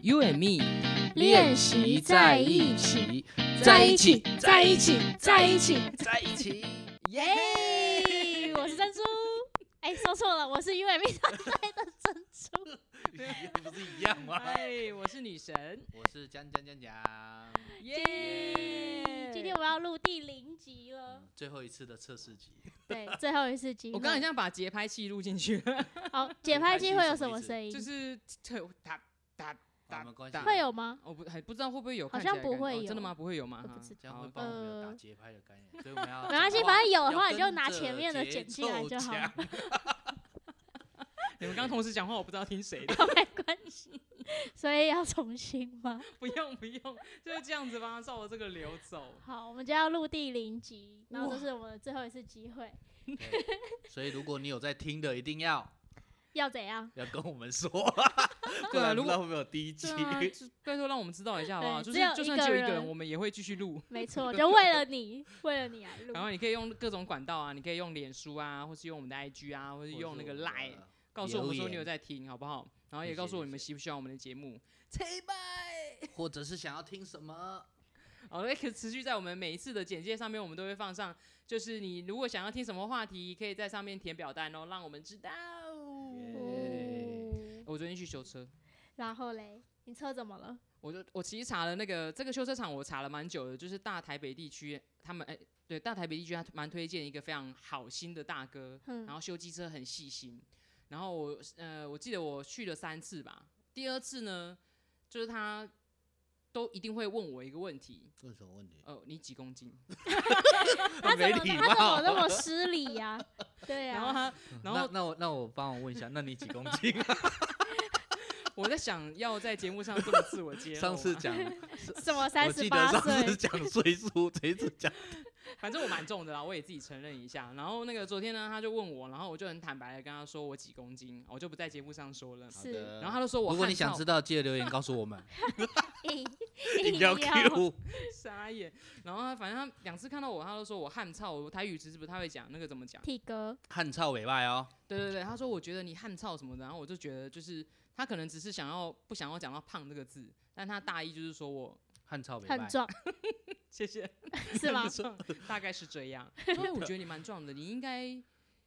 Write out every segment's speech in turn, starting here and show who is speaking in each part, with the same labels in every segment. Speaker 1: You and me
Speaker 2: 练习在一
Speaker 1: 起，
Speaker 2: 在一起，在一起，在一起。
Speaker 1: 在一起，耶！
Speaker 2: 耶！我是珍珠。哎，说错了，我是 U M 团队的珍珠。
Speaker 3: 不是一样吗？
Speaker 1: 嗨，哎我是女神，
Speaker 3: 我是江江江江，
Speaker 1: 耶！
Speaker 2: 今天我要录第零集了
Speaker 3: 嗯，最后一次的测试集，
Speaker 2: 对，最后一次集录。
Speaker 1: 我刚才像把节拍器录进去了，
Speaker 2: 好，节拍器会有什么声音？
Speaker 1: 就是特哒哒
Speaker 3: 啊
Speaker 1: 哒
Speaker 3: 没关系
Speaker 1: 哒，
Speaker 2: 会有吗？
Speaker 1: 我不还不知道会不会有，
Speaker 2: 好
Speaker 1: 看起来
Speaker 2: 像不
Speaker 1: 感觉
Speaker 2: 会
Speaker 1: 哦真
Speaker 2: 有
Speaker 1: 的吗？不会有吗？
Speaker 2: 我不知
Speaker 3: 这样会
Speaker 1: 好
Speaker 3: 帮我们有
Speaker 2: 呃
Speaker 3: 打节拍的概念，所以我们要
Speaker 2: 没关系，
Speaker 3: 讲话
Speaker 2: 反正有的
Speaker 3: 要
Speaker 2: 话你就
Speaker 3: 跟
Speaker 2: 拿
Speaker 3: 着
Speaker 2: 前面的
Speaker 3: 节
Speaker 2: 剪进来
Speaker 3: 奏
Speaker 2: 就 好了
Speaker 3: 讲，
Speaker 1: 你们刚同时讲话，我不知道听谁的，
Speaker 2: 没关系。所以要重新吗？
Speaker 1: 不用不用，就是这样子吧，照我这个流走。
Speaker 2: 好，我们就要录第零集，然后这
Speaker 1: 哇
Speaker 2: 是我们的最后一次机会，
Speaker 3: 对 所以如果你有在听的，一定要
Speaker 2: 要怎样？
Speaker 3: 要跟我们 说，不
Speaker 1: 对啊
Speaker 3: 然 不
Speaker 1: 如果
Speaker 3: 知道会不会有第一集
Speaker 1: 对。啊，就拜托让我们知道一下好不好？
Speaker 2: 对
Speaker 1: 就
Speaker 2: 只
Speaker 1: 是
Speaker 2: 有
Speaker 1: 就
Speaker 2: 一
Speaker 1: 算
Speaker 2: 个
Speaker 1: 只有一个人，
Speaker 2: 人
Speaker 1: 我们也会继续录。
Speaker 2: 没错，就为了你，为了你来录
Speaker 1: 然。后你可以用各种管道啊，你可以用脸书啊，或是用我们的 IG 啊，或是用那个 Line，告诉我们说你有在听，好不好？然后也
Speaker 3: 谢谢
Speaker 1: 告诉我你们
Speaker 3: 谢
Speaker 1: 喜不喜欢我们的节目。
Speaker 3: 或者是想要听什么，
Speaker 1: 哦，那可持续在我们每一次的简介上面，我们都会放上，就是你如果想要听什么话题，可以在上面填表单哦，让我们知道。哎
Speaker 2: 哦
Speaker 1: 我昨天去修车，
Speaker 2: 然后嘞，你车怎么了？
Speaker 1: 我就我其实查了那个这个修车厂，我查了蛮久的，就是大台北地区他们哎、对大台北地区他蛮推荐一个非常好心的大哥，
Speaker 2: 嗯
Speaker 1: 然后修机车很细心。然后我呃，我记得我去了三次吧，第二次呢，就是他都一定会问我一个问题，
Speaker 3: 问什么问题？
Speaker 1: 呃，你几公斤？
Speaker 2: 他怎
Speaker 3: 没
Speaker 2: 么
Speaker 3: 礼
Speaker 2: 他怎么
Speaker 3: 貌。
Speaker 2: 那么失礼呀、对
Speaker 1: 然后
Speaker 2: 啊，
Speaker 1: 他，然后
Speaker 3: 那那我那我帮我问一下，那你几公斤？
Speaker 1: 我在想要在节目上这么自我揭露吗，
Speaker 3: 上次讲，
Speaker 2: 什么
Speaker 3: 我
Speaker 2: 三十
Speaker 3: 记得
Speaker 2: 八
Speaker 3: 上次
Speaker 2: 岁？
Speaker 3: 讲岁数，这一次讲
Speaker 1: 反正我蛮重的啦，我也自己承认一下。然后那个昨天呢，他就问我，然后我就很坦白的跟他说我几公斤，我就不在节目上说了。
Speaker 3: 好
Speaker 2: 是
Speaker 3: 的
Speaker 1: 然后他就说我
Speaker 3: 如果
Speaker 1: 汗
Speaker 3: 你想
Speaker 1: 臭
Speaker 3: 知道，记得留言告诉我们。
Speaker 2: 硬
Speaker 3: 一
Speaker 2: 硬
Speaker 3: 定要 Q，
Speaker 1: 傻眼，然后他反正他两次看到我，他都说我汗臭，我台语其实不太会讲，那个怎么讲？
Speaker 2: 体格
Speaker 3: 汉超尾拜哦，
Speaker 1: 对对对，他说我觉得你汗臭什么的，然后我就觉得就是他可能只是想要不想要讲到胖这个字，但他大意就是说我
Speaker 3: 汉超尾拜
Speaker 2: 很。 壮
Speaker 1: 谢谢，
Speaker 2: 是 吗？
Speaker 1: 大概是这 样。因为我觉得你蛮壮的，你应该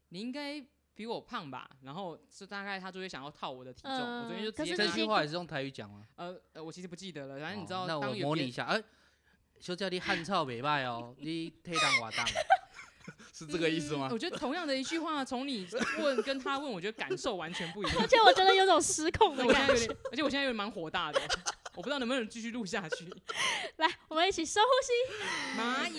Speaker 1: 你应该比我胖吧？然后是大概他就会想要套我的体重，我昨天就直
Speaker 2: 可
Speaker 1: 接
Speaker 2: 是
Speaker 1: 跟
Speaker 3: 这
Speaker 2: 你
Speaker 1: 他
Speaker 2: 是
Speaker 3: 句话也是用台语讲吗？
Speaker 1: 呃呃，我其实不记得了，反正你知
Speaker 3: 哦
Speaker 1: 道，
Speaker 3: 那我
Speaker 1: 当有
Speaker 3: 模拟
Speaker 1: 别
Speaker 3: 一下，哎，休假你汉超尾拜哦，你退档瓦当，是这个意思吗
Speaker 1: 嗯？我觉得同样的一句话，从你问跟他问，我觉得感受完全不一样
Speaker 2: 而。且我觉得有种失控的
Speaker 1: 我
Speaker 2: 感
Speaker 1: 现在有
Speaker 2: 觉。
Speaker 1: 点，而且我现在有点蛮火大的，我不知道能不能继续录下去。
Speaker 2: 来，我们一起深呼吸。
Speaker 1: 蚂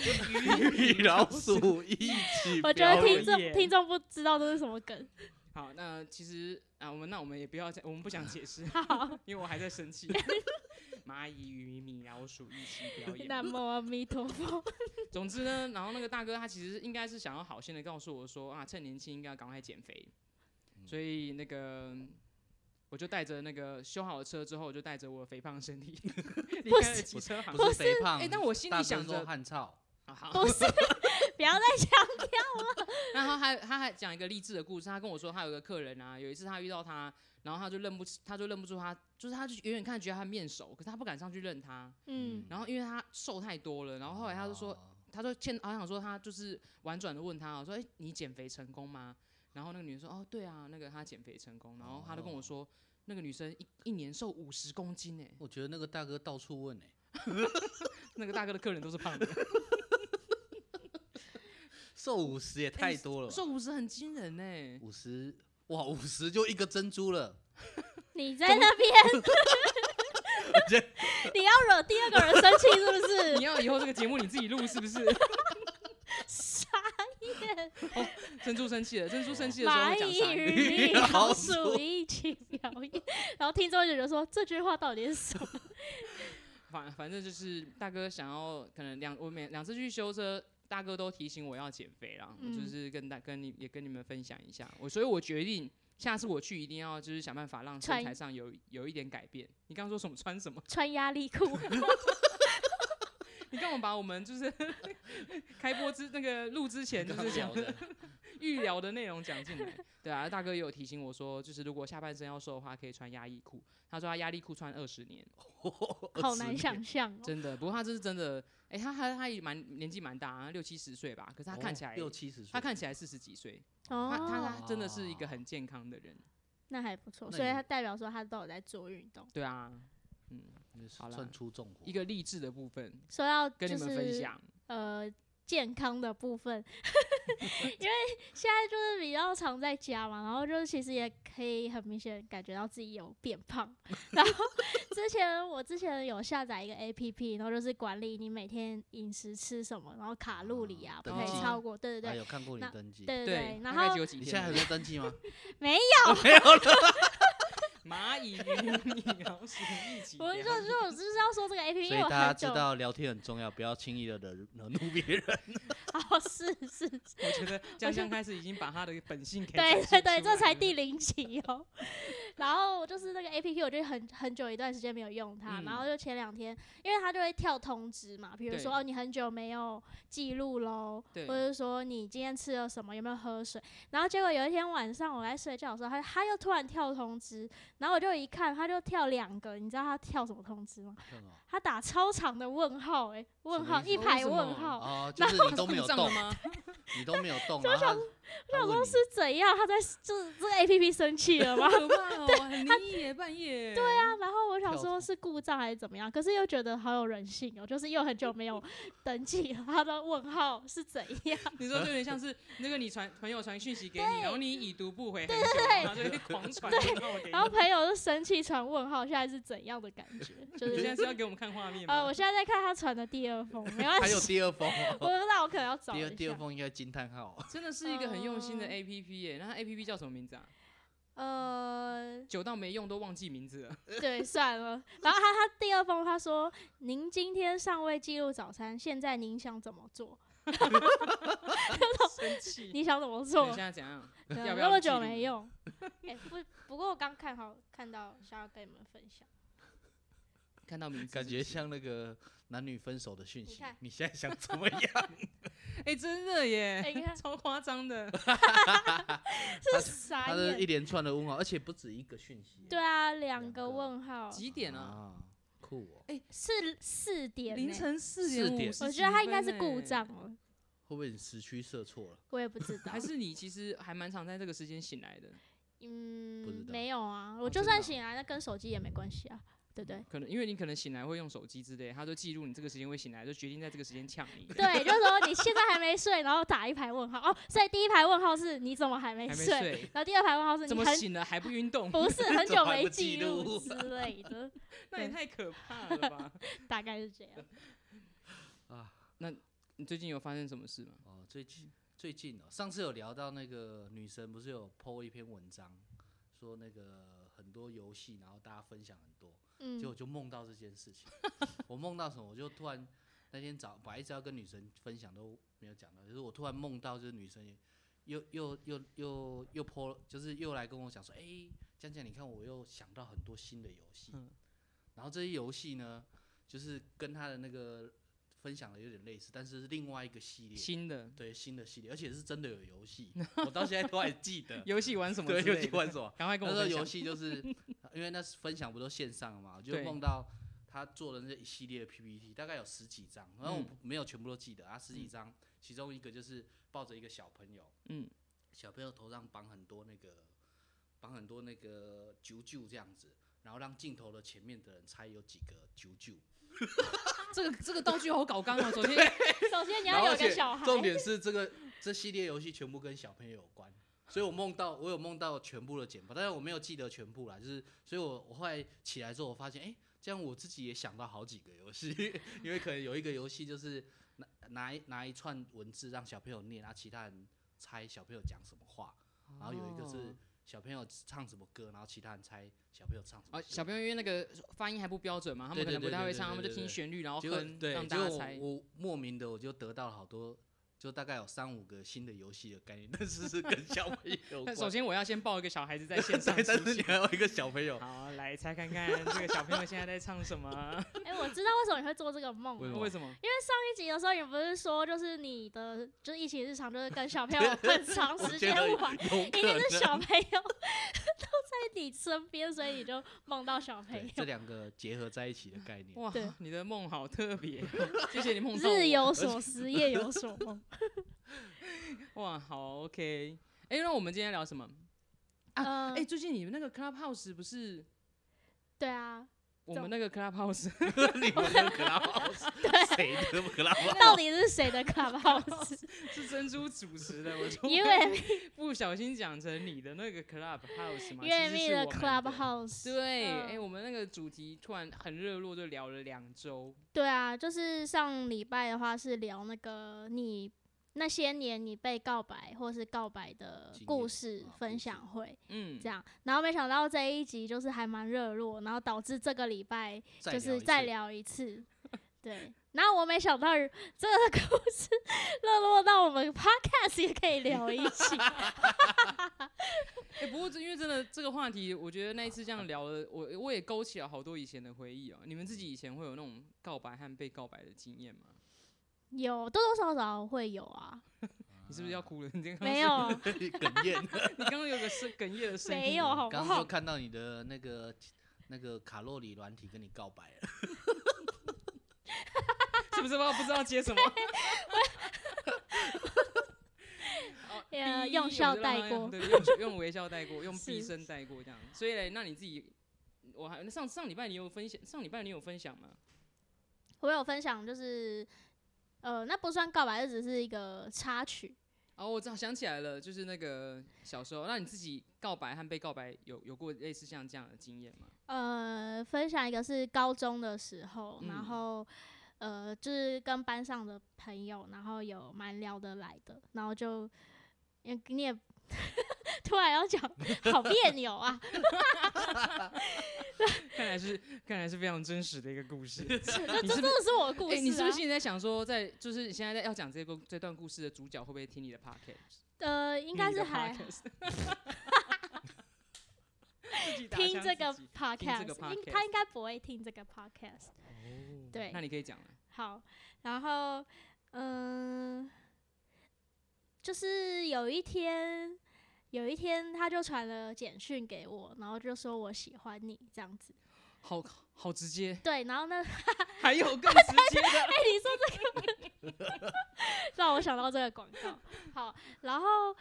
Speaker 1: 蚁
Speaker 3: 与老鼠一起
Speaker 2: 我觉
Speaker 3: 表
Speaker 2: 得
Speaker 3: 演
Speaker 2: 听
Speaker 1: 表演
Speaker 2: 众听众不知道这是什么梗。
Speaker 1: 好，那其实啊，我们那我们也不要再，我们不想解 释，
Speaker 2: 好，
Speaker 1: 因为我还在生气。蚂蚁与米老鼠一起 表演。
Speaker 2: 南无阿弥陀佛。
Speaker 1: 总之呢，然后那个大哥他其实应该是想要好心的告诉我说啊，趁年轻应该要赶快减肥。
Speaker 3: 嗯
Speaker 1: 所以那个我就带着那个修好了车之后，我就带着我肥胖的身体 离开了机车行。
Speaker 3: 不是肥胖，
Speaker 1: 哎、但我心
Speaker 3: 大
Speaker 1: 里
Speaker 3: 声
Speaker 1: 想
Speaker 3: 说
Speaker 1: 着，
Speaker 3: 汉超，
Speaker 1: 啊好，
Speaker 2: 不是，不要再讲。
Speaker 1: 然后还他还讲一个励志的故事，他跟我说他有一个客人啊，有一次他遇到他，然后他就认不出，他就认不出他，就是他就远远看觉得他面熟，可是他不敢上去认他，
Speaker 2: 嗯，
Speaker 1: 然后因为他瘦太多了，然后后来他就说，
Speaker 3: 哦
Speaker 1: 他就欠，好想说他就是婉转的问他，我说哎、你减肥成功吗？然后那个女人说哦对啊，那个她减肥成功，然后他就跟我说。那个女生一一年瘦五十公斤哎、
Speaker 3: 我觉得那个大哥到处问哎，
Speaker 1: 那个大哥的客人都是胖的，
Speaker 3: 瘦五十也太多了吧，
Speaker 1: 瘦五十很惊人哎、
Speaker 3: 五十哇，五十就一个珍珠了，
Speaker 2: 你在 那边， 你要惹第二个人生气是不
Speaker 1: 你
Speaker 2: 是？
Speaker 1: 要以后这个节目你自己录是不是？
Speaker 2: 傻
Speaker 1: 珍珠生气了，珍珠生气的时候
Speaker 2: 蚂
Speaker 1: 会讲
Speaker 2: 蚁
Speaker 1: 啥？
Speaker 2: 与米老鼠一起表演，然后听众就觉得说这句话到底是什么？
Speaker 1: 反反正就是大哥想要，可能两我每两次去修车，大哥都提醒我要减肥啦。
Speaker 2: 嗯
Speaker 1: 我就是跟大跟你也跟你们分享一下，我所以我决定下次我去一定要就是想办法让身
Speaker 2: 穿
Speaker 1: 材上有有一点改变。你刚刚说什么穿什么？
Speaker 2: 穿压力 裤，
Speaker 1: 你干嘛把我们就是开播之那个录之前就
Speaker 3: 刚
Speaker 1: 是讲
Speaker 3: 聊的
Speaker 1: 预聊的内容讲进来。对啊，大哥也有提醒我说，就是如果下半身要瘦的话，可以穿压力裤。他说他压力裤穿二十年，
Speaker 2: 好
Speaker 3: 20
Speaker 2: 难
Speaker 3: 年
Speaker 2: 想象哦。
Speaker 1: 真的。不过他这是真的，哎、他他他也蛮年纪蛮大，好像六七十岁吧。可是他看起
Speaker 3: 哦
Speaker 1: 来，
Speaker 3: 六七十岁，哦
Speaker 1: 他看起来四十几岁，
Speaker 2: 哦，
Speaker 1: 他他他真的是一个很健康的人。
Speaker 2: 那还不错，
Speaker 3: 那
Speaker 2: 所以
Speaker 3: 你
Speaker 2: 他代表说他都有在做运动。
Speaker 1: 对啊，嗯，
Speaker 3: 那是
Speaker 1: 好啦
Speaker 3: 算出重火啊
Speaker 1: 一。个励志的部分
Speaker 2: 说到
Speaker 1: 跟
Speaker 2: 就
Speaker 1: 你
Speaker 2: 是
Speaker 1: 们分享。
Speaker 2: 呃健康的部分， 因为现在就是比较常在家嘛，然后就是其实也可以很明显感觉到自己有变胖。 然后之前我之前有下载一个 A P P，然后就是管理你每天饮食吃什么，然后卡路里啊
Speaker 3: 啊
Speaker 2: 不可以
Speaker 1: 登记
Speaker 2: 超过，对对
Speaker 3: 啊，
Speaker 2: 对
Speaker 3: 有看过你
Speaker 2: 那
Speaker 3: 登记？
Speaker 2: 对对
Speaker 1: 对，，
Speaker 2: 然
Speaker 1: 大概只
Speaker 2: 后
Speaker 1: 有几
Speaker 3: 你现在
Speaker 1: 天而
Speaker 3: 还
Speaker 1: 已。
Speaker 3: 在登记吗？
Speaker 2: 没
Speaker 3: 有，没有了。
Speaker 1: 蚂蚁与米老鼠 一起
Speaker 2: 我就
Speaker 1: 聊
Speaker 2: 就我就是要说这个 A P P，
Speaker 3: 所
Speaker 2: 因
Speaker 3: 以
Speaker 2: 为我
Speaker 3: 大家
Speaker 2: 很
Speaker 3: 知
Speaker 2: 久
Speaker 3: 道聊天很重要，不要轻易的惹惹怒别人。
Speaker 2: 哦是是
Speaker 1: 我觉得江江开始已经把他的本性给
Speaker 2: 对
Speaker 1: 展
Speaker 2: 对
Speaker 1: 现
Speaker 2: 对，
Speaker 1: 出
Speaker 2: 这
Speaker 1: 来
Speaker 2: 才
Speaker 1: 了
Speaker 2: 第零集哦。 然后就是那个 A P P，我就很很久一段时间没有用它，然后就前两天，因为它就会跳通知嘛，比如说
Speaker 1: 嗯对
Speaker 2: 哦你很久没有记录喽，
Speaker 1: 对
Speaker 2: 或者说你今天吃了什么，有没有喝水，然后结果有一天晚上我在睡觉的时候，它它又突然跳通知，然后我就一看，它就跳两个，你知道它跳什么通知吗？
Speaker 3: 看哦
Speaker 2: 它打超长的问号、欸，问
Speaker 3: 什么
Speaker 2: 号
Speaker 3: 意思
Speaker 2: 一
Speaker 1: 哦为
Speaker 2: 排
Speaker 1: 什
Speaker 2: 问
Speaker 1: 么
Speaker 2: 号，
Speaker 3: 哦，就是你都没有
Speaker 1: 故 障了
Speaker 3: 动，
Speaker 1: 吗？
Speaker 3: 你都没有动，然后他他
Speaker 2: 想
Speaker 3: 问
Speaker 2: 说
Speaker 3: 你
Speaker 2: 是怎样？它在这这个 A P P 生气了吗？
Speaker 1: 可怕哦，很灵异耶，半夜。对啊，
Speaker 2: 然后我想
Speaker 3: 跳
Speaker 2: 说是故障还是怎么样，可是又觉得好有人性哦，就是又很久没 有登记了，他的问号是怎样？
Speaker 1: 你说就有点像是那个你传朋友传讯息给你，然后你已读不回很久，然后就会狂传问号给
Speaker 2: 然后
Speaker 1: 你。
Speaker 2: 朋友就生气传问号，现在是怎样的感觉？ 就
Speaker 1: 你现在
Speaker 2: 是
Speaker 1: 是要给我们看画面
Speaker 2: 呃，
Speaker 1: 吗
Speaker 2: 我？现在在看他传的第二封，没关
Speaker 3: 还有
Speaker 2: 系，
Speaker 3: 第二封哦，
Speaker 2: 我那我可能要找
Speaker 3: 第二
Speaker 2: 一
Speaker 3: 第二
Speaker 2: 下。
Speaker 3: 封应该惊叹号，
Speaker 1: 真的是一个很用心的
Speaker 2: 嗯
Speaker 1: A P P 耶，那它 A P P 叫什么名字啊？
Speaker 2: 呃，
Speaker 1: 久到没用都忘记名字 了。
Speaker 2: 对，算了。然后他他第二封他说：“您今天尚未记录早餐，现在您想怎么做？
Speaker 1: 生气。
Speaker 2: 你想怎么
Speaker 1: 那
Speaker 2: 做
Speaker 1: 你？现在怎样？
Speaker 2: 对啊
Speaker 1: 要不
Speaker 2: 那
Speaker 1: 要
Speaker 2: 么
Speaker 1: 记
Speaker 2: 久
Speaker 1: 录
Speaker 2: 没用？哎、不，不过我刚看好看到，想要跟你们分享。”
Speaker 1: 看到名字是
Speaker 3: 感
Speaker 1: 不
Speaker 3: 觉
Speaker 1: 是
Speaker 3: 像那个男女分手的讯
Speaker 2: 你
Speaker 3: 息
Speaker 2: 看。
Speaker 3: 你现在想怎么样？
Speaker 1: 哎，真的耶
Speaker 2: 哎你看，
Speaker 1: 超夸 张的。
Speaker 3: 他
Speaker 2: 傻
Speaker 3: 他的一
Speaker 2: 眼。
Speaker 3: 连串的问号，而且不止一个讯息。
Speaker 2: 对啊，两
Speaker 3: 两
Speaker 2: 个
Speaker 3: 个
Speaker 2: 问号，
Speaker 1: 几点啊？，
Speaker 3: 酷哦。
Speaker 2: 是四点、
Speaker 1: 凌。晨四点
Speaker 3: 四点
Speaker 1: 五十
Speaker 2: 我
Speaker 1: 几
Speaker 2: 觉得他应该是
Speaker 1: 分
Speaker 2: 故
Speaker 1: 欸
Speaker 2: 障了，
Speaker 3: 会不会你时区设错了？
Speaker 2: 我也不知道
Speaker 1: 还。是你其实还蛮常在这个时间醒来的，
Speaker 3: 不知
Speaker 2: 嗯，
Speaker 3: 道
Speaker 2: 没有啊，我
Speaker 3: 哦
Speaker 2: 就
Speaker 3: 真
Speaker 2: 算
Speaker 3: 的啊
Speaker 2: 醒来，那跟手机也没关系啊，对不对？
Speaker 1: 可能因为你可能醒来会用手机之类，他就记录你这个时间会醒来，就决定在这个时间呛你。
Speaker 2: 对，就是说你现在还没睡，然后打一排问号哦，所以第一排问号是你怎么还没
Speaker 1: 还没
Speaker 2: 睡，
Speaker 1: 睡，
Speaker 2: 然后第二排问号是
Speaker 1: 怎
Speaker 2: 你
Speaker 1: 么
Speaker 2: 很
Speaker 1: 醒了还不运 动？
Speaker 2: 不是很
Speaker 3: 怎
Speaker 2: 久
Speaker 3: 么还
Speaker 2: 没
Speaker 3: 不记
Speaker 2: 记录
Speaker 3: 录
Speaker 2: 之 类的，
Speaker 1: 那也太可怕了吧！
Speaker 2: 大概是这样。
Speaker 1: 你最近有发生什么事吗？
Speaker 3: 哦，最近最近哦，上次有聊到那个女神不是有 po 一篇文章，说那个很多游戏，然后大家分享很多，结果
Speaker 2: 嗯，
Speaker 3: 就梦到这件事情。 我梦到什么？我就突然那天早本来一直要跟女神分享都没有讲到，就是我突然梦到就是女神也又又又又又泼，就是又来跟我讲说，哎、江江，你看我又想到很多新的游戏，
Speaker 1: 嗯
Speaker 3: 然后这些游戏呢，就是跟他的那个分享的有点类似，但是是另外一个系列。
Speaker 1: 新的。
Speaker 3: 对新的系列，而且是真的有游戏，我到现在都还记得
Speaker 1: 游戏玩什么
Speaker 3: 对，
Speaker 1: 之
Speaker 3: 游
Speaker 1: 类
Speaker 3: 戏
Speaker 1: 的
Speaker 3: 玩什么？
Speaker 1: 赶快跟
Speaker 3: 那
Speaker 1: 我
Speaker 3: 时候
Speaker 1: 分
Speaker 3: 游
Speaker 1: 享。
Speaker 3: 戏就是 因为那是分享不都线上嘛，我就
Speaker 1: 对
Speaker 3: 梦到他做的那一系列的 PPT，大概有十几张，然后我
Speaker 1: 嗯
Speaker 3: 不没有全部都记得啊，十几
Speaker 1: 嗯
Speaker 3: 张，其中一个就是抱着一个小朋友，
Speaker 1: 嗯，
Speaker 3: 小朋友头上绑很多那个绑很多那个啾啾这样子，然后让镜头的前面的人猜有几个啾啾，
Speaker 1: 这个这个道具好搞刚 啊！昨天
Speaker 2: 首先你
Speaker 3: 然
Speaker 2: 要
Speaker 3: 后
Speaker 2: 有
Speaker 3: 而
Speaker 2: 一个
Speaker 3: 且
Speaker 2: 小孩，
Speaker 3: 重点是这个 这系列游戏全部跟小朋友有关，所以我梦到我有梦到全部的剪报，但是我没有记得全部啦，就是所以我我后来起来之后，我发现哎、诶这样我自己也想到好几个游戏， 因为可能有一个游戏就是拿拿一拿一串文字让小朋友念，然后其他人猜小朋友讲什么话，然后有一个是
Speaker 1: 哦。
Speaker 3: 小朋友唱什么歌，然后其他人猜小朋友唱什么
Speaker 1: 啊，
Speaker 3: 歌。
Speaker 1: 小朋友因为那个发音还不标准嘛，他们
Speaker 3: 对
Speaker 1: 可
Speaker 3: 对
Speaker 1: 能不
Speaker 3: 对
Speaker 1: 太
Speaker 3: 对
Speaker 1: 会
Speaker 3: 对
Speaker 1: 唱，他们就
Speaker 3: 对
Speaker 1: 听
Speaker 3: 对
Speaker 1: 旋律然后
Speaker 3: 结果
Speaker 1: 哼，
Speaker 3: 对，
Speaker 1: 哦让
Speaker 3: 结
Speaker 1: 大家
Speaker 3: 果
Speaker 1: 猜。
Speaker 3: 我我莫名的我就得到了好多就大概有三五个新的游戏的概念， 但是是跟小朋友有关。
Speaker 1: 但 首先我要先抱一个小孩子在线上
Speaker 3: 对，但
Speaker 1: 出
Speaker 3: 是你
Speaker 1: 现
Speaker 3: 还有一个小朋友，
Speaker 1: 好，来猜看看这个小朋友现在在唱什 么？
Speaker 2: 哎、我知道为什么你会做这个梦
Speaker 3: 为
Speaker 2: 了。
Speaker 3: 什么
Speaker 1: 为什么？
Speaker 2: 上一集的时候，你不是说就是你的就是疫情日常就是跟小朋 友很长
Speaker 3: 我
Speaker 2: 时
Speaker 3: 觉
Speaker 2: 间
Speaker 3: 得有
Speaker 2: 玩，一
Speaker 3: 可
Speaker 2: 定
Speaker 3: 能
Speaker 2: 是小朋友 都在你身边，所以你就梦到小朋
Speaker 3: 对
Speaker 2: 友。
Speaker 3: 这两个结合在一起的概念。
Speaker 1: 哇
Speaker 2: 对，
Speaker 1: 你的梦好特别，哦 谢谢你梦到我
Speaker 2: 日有所思，夜有所梦。
Speaker 1: 哇，好 OK。哎、那我们今天聊什么？
Speaker 2: 嗯、
Speaker 1: 哎、最近你们那个 Clubhouse 不是
Speaker 2: 对啊，
Speaker 1: 我
Speaker 2: 怎
Speaker 1: 们那个 Clubhouse
Speaker 3: 你们的 Clubhouse，谁 的 Clubhouse？
Speaker 2: 到底是谁的卡 包子？
Speaker 1: 是珍珠主持的，我
Speaker 3: 啊
Speaker 1: 就
Speaker 2: 因为
Speaker 1: 不小心讲成你的那个 Clubhouse 嘛，
Speaker 2: 月
Speaker 1: 其实
Speaker 2: 蜜
Speaker 1: 是
Speaker 2: 的
Speaker 1: 我们
Speaker 2: Clubhouse，
Speaker 1: 对，哎、
Speaker 2: 嗯
Speaker 1: 我们那个主题突然很热络，就聊了两周。
Speaker 2: 对啊，就是上礼拜的话是聊那个你那些年你被告白或是告白的
Speaker 3: 经
Speaker 2: 故
Speaker 3: 验
Speaker 2: 事
Speaker 3: 啊故
Speaker 2: 分
Speaker 3: 事
Speaker 2: 享会
Speaker 1: 嗯
Speaker 2: 这，样，然后没想到这一集就是还蛮热络，然后导致这个礼拜
Speaker 3: 再
Speaker 2: 就是
Speaker 3: 一
Speaker 2: 再
Speaker 3: 次
Speaker 2: 聊一次。对，然后我没想到这个故事 热络到我们 podcast 也可以聊一起，
Speaker 1: 哎、不过这因为真的这个话题，我觉得那一次这样聊了，我我也勾起了好多以前的回忆啊。你们自己以前会有那种告白和被告白的经验吗？
Speaker 2: 有多多少少会有啊，
Speaker 1: 你是不是要哭了？你刚刚
Speaker 2: 没
Speaker 1: 是，
Speaker 2: 有
Speaker 3: 哽咽？
Speaker 1: 你刚刚有个声哽咽的声 音。
Speaker 2: 没有，好 不
Speaker 3: 刚刚就
Speaker 2: 好？
Speaker 3: 看到你的那个那个卡洛里软体跟你告白了，
Speaker 1: 是不是不知道接 什么？哦
Speaker 2: 呃
Speaker 1: 逼
Speaker 2: 用
Speaker 1: 我
Speaker 2: 笑
Speaker 1: 就让
Speaker 2: 带
Speaker 1: 他
Speaker 2: 过
Speaker 1: 对，用用微笑带 过，用
Speaker 2: 是
Speaker 1: 逼声带过这样。所以嘞，那你自己，我还上上礼拜你有分享，上礼拜你有分享吗？
Speaker 2: 我有分享就是。呃，那不算告白，这只是一个插曲。
Speaker 1: 哦，我知道，想起来了，就是那个小时候，那你自己告白和被告白有有过类似像这样的经验吗？
Speaker 2: 呃，分享一个是高中的时候，
Speaker 1: 嗯
Speaker 2: 然后呃，就是跟班上的朋友，然后有蛮聊得来的，然后就因为你也 突然要 讲，好别扭啊，
Speaker 1: 看来是看来是非常真实的一个故 事。
Speaker 2: 这
Speaker 1: 你
Speaker 2: 这真
Speaker 1: 是不
Speaker 2: 的是我的故
Speaker 1: 哎、
Speaker 2: 事、啊
Speaker 1: 你是不是现在在想说在，就是你现在在要讲这个这段故事的主角会不会听你的 podcast？
Speaker 2: 呃，应该
Speaker 1: 你
Speaker 2: 是
Speaker 1: 的
Speaker 2: 还
Speaker 1: podcast 自己打
Speaker 2: 听
Speaker 1: 枪
Speaker 2: 这
Speaker 1: 自
Speaker 2: 个
Speaker 1: 己
Speaker 2: podcast，应
Speaker 1: podcast
Speaker 2: 他应该不会听这个 podcast。对
Speaker 1: 那你可以讲了。
Speaker 2: 好，然后嗯、就是有一天，有一天他就传了简讯给我，然后就说我喜欢你这样子。
Speaker 1: 好好直接，
Speaker 2: 对，然后呢，哎、
Speaker 1: 还有 更直接的
Speaker 2: 你说这个 让我想到这个广告。好，然后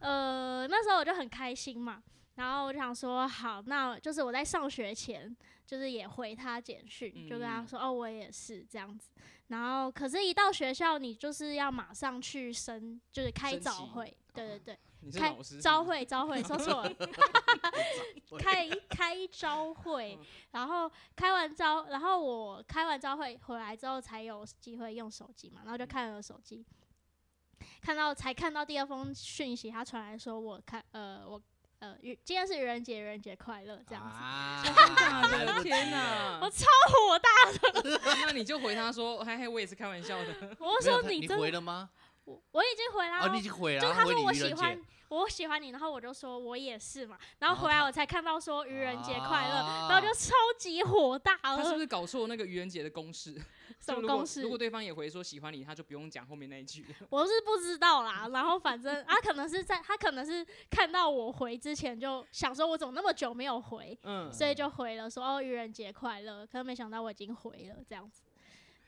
Speaker 2: 呃，那时候我就很开心嘛。然后我就想说，好，那就是我在上学前，就是也回他简讯，就跟他
Speaker 1: 嗯
Speaker 2: 说，哦，我也是这样子。然后，可是，一到学校，你就是要马上去升，就是开
Speaker 1: 升
Speaker 2: 早
Speaker 1: 旗
Speaker 2: 会，对对
Speaker 1: 你是
Speaker 2: 对，开
Speaker 1: 老师是不是
Speaker 2: 招会，招会，说错 了，
Speaker 3: 会
Speaker 2: 开开招
Speaker 3: 嗯
Speaker 2: 会，然后开完招，然后我开完招会回来之后才有机会用手机嘛，然后就
Speaker 3: 嗯
Speaker 2: 看了手机，看到才看到第二封讯息，他传来说我看呃我呃愚今天是愚人节，愚人节快乐这样子，
Speaker 3: 啊
Speaker 1: 真的假
Speaker 3: 来
Speaker 1: 的
Speaker 3: 不
Speaker 2: 啊
Speaker 3: 及
Speaker 1: 哎天
Speaker 3: 了
Speaker 1: 哪！
Speaker 2: 我超火大，
Speaker 1: 那你就回他说，嘿嘿，我也是开玩笑的。
Speaker 2: 我
Speaker 3: 没有
Speaker 2: 说
Speaker 3: 他
Speaker 2: 真
Speaker 3: 回
Speaker 2: 的，
Speaker 3: 了吗？
Speaker 2: 我我已经回
Speaker 3: 啊，
Speaker 2: 啦
Speaker 3: 你已，经回了，
Speaker 2: 就是他
Speaker 3: 回
Speaker 2: 说
Speaker 3: 你
Speaker 2: 我
Speaker 3: 愚人节
Speaker 2: 喜欢我喜欢你，然后我就说我也是嘛，然
Speaker 3: 然
Speaker 2: 后
Speaker 3: 后
Speaker 2: 回来
Speaker 3: 他
Speaker 2: 我才看到说愚人节快乐，
Speaker 3: 啊
Speaker 2: 然后就超级火大
Speaker 1: 嗯他是不
Speaker 2: 了，
Speaker 1: 是搞错那个愚人节的公式？
Speaker 2: 什
Speaker 1: 就
Speaker 2: 么
Speaker 1: 如果
Speaker 2: 公式
Speaker 1: 如？果对方也回说喜欢你，他就不用讲后面那一句了。
Speaker 2: 我是不知道啦，然后反 正啊他可能是在他可能是看到我回之前就想说，我怎么那么久没有回，
Speaker 1: 嗯，
Speaker 2: 所以就回了说哦愚人节快乐，可是没想到我已经回了这样子，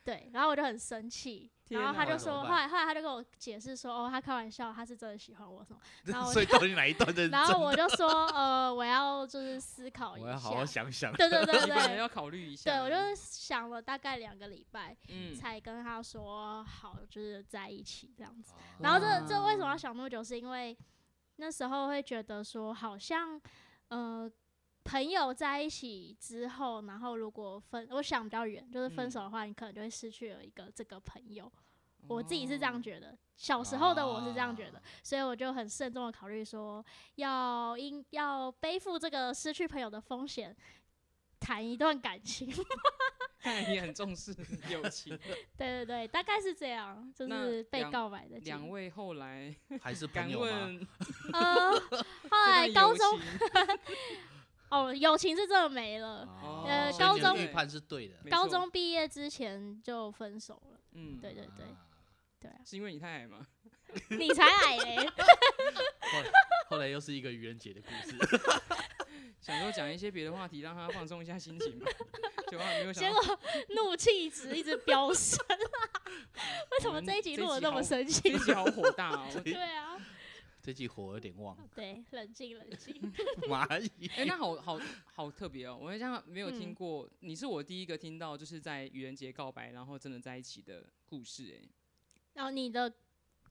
Speaker 2: 对，然后我就很生气，
Speaker 1: 天
Speaker 2: 然后他
Speaker 1: 哪
Speaker 2: 就说，
Speaker 3: 怎么
Speaker 2: 后
Speaker 3: 办
Speaker 2: 来后来他就跟我解释说哦他开玩笑，他是真的喜欢我什 么，然后我
Speaker 3: 所以到底哪一 段的？
Speaker 2: 然后我就说呃我要就是思考一
Speaker 3: 我要好好
Speaker 2: 下，
Speaker 3: 想 想。
Speaker 2: 对对对
Speaker 1: 你可能
Speaker 2: 对。
Speaker 1: 要考虑一下。
Speaker 2: 对，我就是想了大概两个礼拜，
Speaker 1: 嗯，
Speaker 2: 才跟他说好，就是在一起这样子。然
Speaker 3: 哦
Speaker 1: 哇
Speaker 2: 后
Speaker 3: 啊
Speaker 2: 这这为什么要想那么久？是因为那时候会觉得说，好像呃朋友在一起之后，然后如果分，我想比较远，就是分
Speaker 1: 嗯
Speaker 2: 手的话，你可能就会失去了一个这个朋友。我自己是这样
Speaker 1: 哦
Speaker 2: 觉得，小时候的我是这样
Speaker 3: 哦
Speaker 2: 觉得，
Speaker 3: 啊
Speaker 2: 所以我就很慎重的考虑说，要应要背负这个失去朋友的风险，谈一段感情。
Speaker 1: 看来你很重视友情。
Speaker 2: 对对对，大概是这样，就
Speaker 1: 那
Speaker 2: 是被
Speaker 1: 两
Speaker 2: 告白的经
Speaker 1: 两
Speaker 2: 历。
Speaker 1: 位 后来
Speaker 3: 还 是朋
Speaker 1: 敢
Speaker 3: 友吗？
Speaker 1: 问
Speaker 2: 呃，后来
Speaker 1: 这段
Speaker 2: 高
Speaker 1: 友
Speaker 2: 中
Speaker 1: 情
Speaker 2: 哦，友情是真的没了。
Speaker 3: 哦
Speaker 1: 呃
Speaker 3: 所以你的
Speaker 2: 高中
Speaker 3: 预判是对的，
Speaker 1: 没
Speaker 2: 高
Speaker 1: 错
Speaker 2: 中毕业之前就分手了。
Speaker 1: 嗯，，
Speaker 2: 对对对
Speaker 3: 啊
Speaker 2: 对啊
Speaker 1: 是因为你太矮吗？
Speaker 2: 你才矮嘞！
Speaker 3: 后来后来又是一个愚人节的故事，
Speaker 1: 想说讲一些别的话题，让他放松一下心 情嘛。结果没有想
Speaker 2: 结
Speaker 1: 到
Speaker 2: 果怒气值一直飙升啊！为什
Speaker 1: 我
Speaker 2: 么
Speaker 1: 们
Speaker 2: 这一集录的那么
Speaker 1: 好
Speaker 2: 生
Speaker 1: 嗯这一
Speaker 2: 气？
Speaker 1: 集好火大哦！
Speaker 3: 这一
Speaker 2: 对啊，
Speaker 3: 这集火有点旺，
Speaker 2: 对，冷静冷静。
Speaker 3: 蚂 蚁
Speaker 1: 哎、那好好好特别哦！我好像没有听
Speaker 2: 嗯
Speaker 1: 过，你是我第一个听到就是在愚人节告白，然后真的在一起的故事、哎，
Speaker 2: 然后你的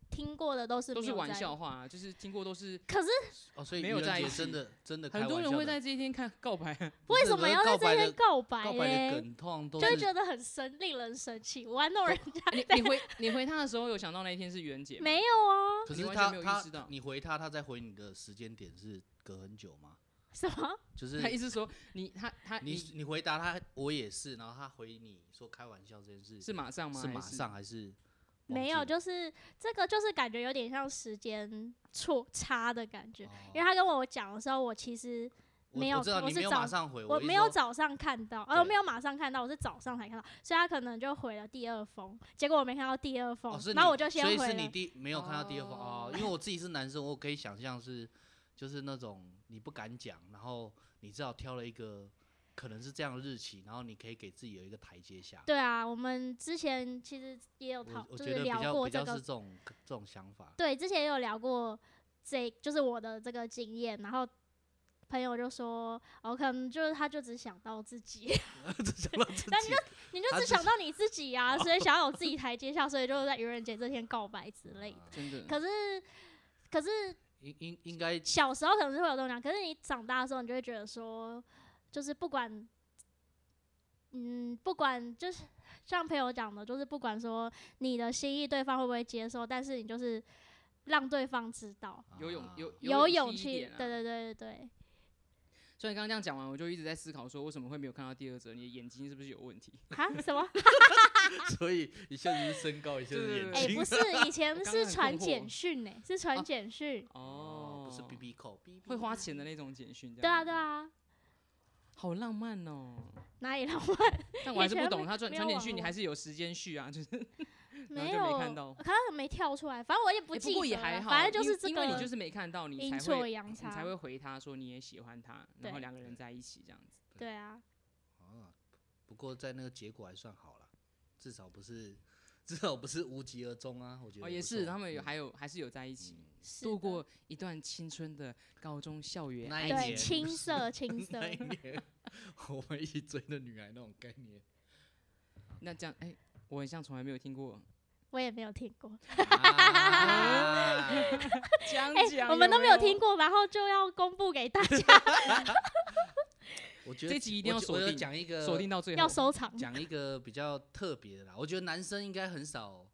Speaker 2: 听过的都是
Speaker 1: 都
Speaker 2: 没
Speaker 1: 是
Speaker 2: 有
Speaker 1: 玩
Speaker 2: 在
Speaker 1: 笑，话、啊，就是听过都是
Speaker 2: 可是
Speaker 3: 哦，所以
Speaker 1: 没
Speaker 3: 愚
Speaker 1: 有在
Speaker 3: 人
Speaker 1: 一
Speaker 3: 节
Speaker 1: 起
Speaker 3: 真的真的开
Speaker 1: 很
Speaker 3: 玩笑的，
Speaker 1: 多人会在这一天看告白、 啊。
Speaker 3: 不
Speaker 2: 为
Speaker 3: 是
Speaker 2: 什
Speaker 3: 可
Speaker 2: 么
Speaker 3: 是
Speaker 2: 要在
Speaker 3: 告
Speaker 2: 这
Speaker 3: 白
Speaker 2: 边
Speaker 3: 的
Speaker 2: 告白
Speaker 3: 告白的
Speaker 2: 嘞？
Speaker 3: 梗通常都
Speaker 2: 就会
Speaker 3: 是
Speaker 2: 觉得很生，令人生气， 玩弄人家。
Speaker 1: 哦你你回你回他的时候有想到那一天是愚人节吗？
Speaker 2: 没有啊？
Speaker 3: 可
Speaker 1: 你
Speaker 3: 是
Speaker 1: 完全
Speaker 3: 他
Speaker 1: 没有意识
Speaker 3: 他
Speaker 1: 到
Speaker 3: 你回他，他再回你的时间点是隔很久吗？
Speaker 2: 什么？
Speaker 3: 就是
Speaker 1: 他意思说你他他
Speaker 3: 啊你
Speaker 1: 你
Speaker 3: 你回答他，我也是，然后他回你说开玩笑这件事
Speaker 1: 是马上吗？
Speaker 3: 是马
Speaker 1: 还
Speaker 3: 上还是忘
Speaker 2: 没
Speaker 3: 记
Speaker 2: 有，
Speaker 3: 了哦
Speaker 2: 就是这个，就是感觉有点像时间错差的感觉。
Speaker 3: 哦
Speaker 2: 因为他跟我讲的时候，我其实
Speaker 3: 我
Speaker 2: 没
Speaker 3: 我
Speaker 2: 有
Speaker 3: 知道
Speaker 2: 我
Speaker 3: 你
Speaker 2: 是
Speaker 3: 没有
Speaker 2: 早
Speaker 3: 马上回，
Speaker 2: 我
Speaker 3: 意思
Speaker 2: 没有
Speaker 3: 说
Speaker 2: 早上看到，呃，
Speaker 3: 对
Speaker 2: 没有马上看到，我是早上才看到，所以他可能就回了第二封，结果我没看到第二封，
Speaker 3: 哦，是
Speaker 2: 然后
Speaker 3: 你
Speaker 2: 我就先
Speaker 3: 所以
Speaker 2: 回
Speaker 3: 是你
Speaker 2: 了。
Speaker 3: 第没有看到第二封哦
Speaker 1: 哦，
Speaker 3: 因为我自己是男生，我可以想象是就是那种你不敢讲，然后你至少挑了一个可能是这样的日期，然后你可以给自己有一个台阶下。
Speaker 2: 对啊，我们之前其实也有
Speaker 3: 我
Speaker 2: 讨，
Speaker 3: 我
Speaker 2: 就
Speaker 3: 觉
Speaker 2: 是
Speaker 3: 得比
Speaker 2: 聊
Speaker 3: 较
Speaker 2: 过
Speaker 3: 比较
Speaker 2: 这
Speaker 3: 是
Speaker 2: 个
Speaker 3: 这，种这种想法，
Speaker 2: 对，之前也有聊过这，就是我的这个经验，然后。朋友就说：“哦，可能就是他就只想到自己，
Speaker 3: 只想到自
Speaker 2: 但
Speaker 3: 己。
Speaker 2: 你就
Speaker 3: 他
Speaker 2: 只
Speaker 3: 只
Speaker 2: 想到你自己啊， 所以想要有自己台阶下，所以就在愚人节这天告白之 类
Speaker 3: 啊
Speaker 2: 的。
Speaker 1: 真的，
Speaker 2: 可是，可是
Speaker 3: 应应应该
Speaker 2: 小时候可能是会有这种想，可是你长大的时候，你就会觉得说，就是不管，嗯，不管就是像朋友讲的，就是不管说你的心意对方会不会接受，但是你就是让对方知道，
Speaker 1: 有勇有
Speaker 3: 啊
Speaker 2: 有
Speaker 1: 勇
Speaker 2: 勇
Speaker 1: 气一
Speaker 2: 气，
Speaker 1: 点啊
Speaker 2: 对对对对对，
Speaker 1: 所以刚刚这样讲完，我就一直在思考说，为什么会没有看到第二则？你的眼睛是不是有问题？
Speaker 2: 哈什么？
Speaker 3: 所以一下子是身高，一下子是
Speaker 1: 对
Speaker 3: 眼
Speaker 2: 哎、
Speaker 1: 对
Speaker 3: 睛，
Speaker 2: 不是，以前
Speaker 1: 我刚刚
Speaker 2: 是
Speaker 1: 很
Speaker 2: 传
Speaker 1: 困惑
Speaker 2: 简讯呢、是
Speaker 1: 啊
Speaker 2: 传简讯，
Speaker 1: 哦，
Speaker 3: 不是 B B 扣，哔哔
Speaker 1: 会花钱的那种简讯，这
Speaker 2: 对啊
Speaker 1: 样
Speaker 2: 对啊，
Speaker 1: 好浪漫哦。
Speaker 2: 哪里让
Speaker 1: 但我还是不
Speaker 2: 以前
Speaker 1: 懂，
Speaker 2: 没
Speaker 1: 他传
Speaker 2: 没有
Speaker 1: 传简
Speaker 2: 网
Speaker 1: 讯，你
Speaker 2: 络
Speaker 1: 还是有时间序啊，就是然
Speaker 2: 没
Speaker 1: 后就
Speaker 2: 有，
Speaker 1: 没看到
Speaker 2: 可能没跳出来，反正我也不
Speaker 1: 欸
Speaker 2: 记
Speaker 1: 过
Speaker 2: 得
Speaker 1: 也还
Speaker 2: 了，
Speaker 1: 好，
Speaker 2: 反正就
Speaker 1: 因
Speaker 2: 是这
Speaker 1: 因为你
Speaker 2: 个
Speaker 1: 就是没看到，你
Speaker 2: 阴
Speaker 1: 才
Speaker 2: 错
Speaker 1: 会
Speaker 2: 阳
Speaker 1: 你
Speaker 2: 差，
Speaker 1: 才会回他说你也喜欢他，然后
Speaker 2: 对
Speaker 1: 两个人在一起这样子。
Speaker 2: 对啊。
Speaker 3: 啊，不过在那个结果还算好了，至少不是 至少不是无疾而终啊，我觉得
Speaker 1: 哦，
Speaker 3: 不
Speaker 1: 也
Speaker 3: 错
Speaker 1: 是，他们有
Speaker 3: 嗯
Speaker 1: 还有还是有在一起，
Speaker 2: 是
Speaker 1: 度
Speaker 2: 的
Speaker 1: 过一段青春的高中校园
Speaker 3: 那一
Speaker 1: 爱
Speaker 2: 对
Speaker 3: 年
Speaker 1: 情。
Speaker 2: 青涩青
Speaker 3: 嗯
Speaker 2: 涩
Speaker 3: 那，一年我们一起追的女孩那种概 念，
Speaker 1: 那这样，哎，我很像从来没有听过
Speaker 2: 我也没有听过，
Speaker 3: 啊
Speaker 1: 讲
Speaker 2: 哎、
Speaker 1: 讲，
Speaker 2: 我们都没有听
Speaker 1: 过。
Speaker 2: 过，然后就要公布给大家，
Speaker 3: 我觉得
Speaker 1: 这集一定
Speaker 3: 我
Speaker 1: 要
Speaker 3: 觉
Speaker 1: 锁
Speaker 3: 我
Speaker 1: 定，
Speaker 3: 讲一个
Speaker 1: 锁定到最后
Speaker 2: 要。收藏。
Speaker 3: 讲一个比较特别的啦，我觉得男生应该很少，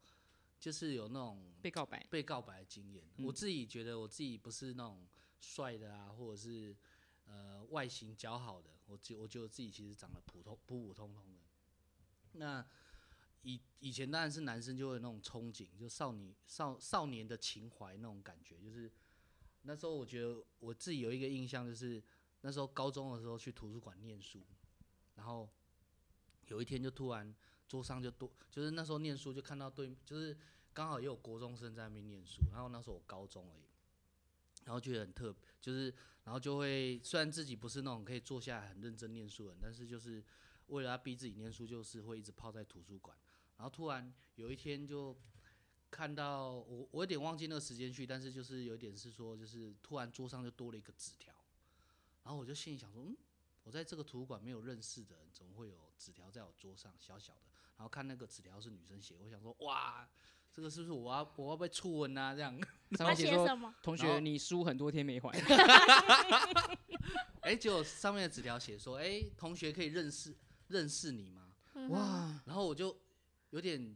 Speaker 3: 就是有那种
Speaker 1: 被告 白，
Speaker 3: 被告白的经验。
Speaker 1: 嗯
Speaker 3: 我自己觉得我自己不是那种帅的啊，或者是呃外形姣好的，我觉我觉得我自己其实长得普通普普通通的。那以以前当然是男生就会有那种憧憬，就少女少少年的情怀那种感觉，就是那时候我觉得我自己有一个印象，就是那时候高中的时候去图书馆念书，然后有一天就突然桌上就多，就是那时候念书就看到对，就是刚好也有国中生在那边念书，然后那时候我高中而已，然后觉得很特，就是然后就会虽然自己不是那种可以坐下来很认真念书的人，但是就是为了要逼自己念书，就是会一直泡在图书馆，然后突然有一天就。看到我，我有点忘记那个时间去，但是就是有点是说，就是突然桌上就多了一个纸条，然后我就心里想说，嗯，我在这个图书馆没有认识的人，怎么会有纸条在我桌上小小的？然后看那个纸条是女生写，我想说，哇，这个是不是我要我要被初吻啊？这样，
Speaker 2: 他
Speaker 1: 上面写
Speaker 2: 写
Speaker 1: 说
Speaker 2: 什么？
Speaker 1: 同
Speaker 3: 然
Speaker 1: 学
Speaker 3: 后
Speaker 1: 你书很多天没 还，
Speaker 3: 哎，结果上面的纸条写说，哎，同学可以认识认识你吗？
Speaker 2: 嗯哼，
Speaker 1: 哇，
Speaker 3: 然后我就有点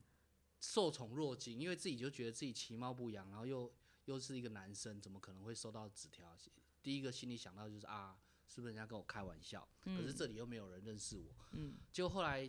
Speaker 3: 受宠若惊，因为自己就觉得自己其貌不扬，然后又又是一个男生，怎么可能会收到纸条？第一个心里想到就是啊，是不是人家跟我开玩笑？可是
Speaker 1: 嗯
Speaker 3: 这里又没有人认识我。
Speaker 1: 嗯，
Speaker 3: 结果后来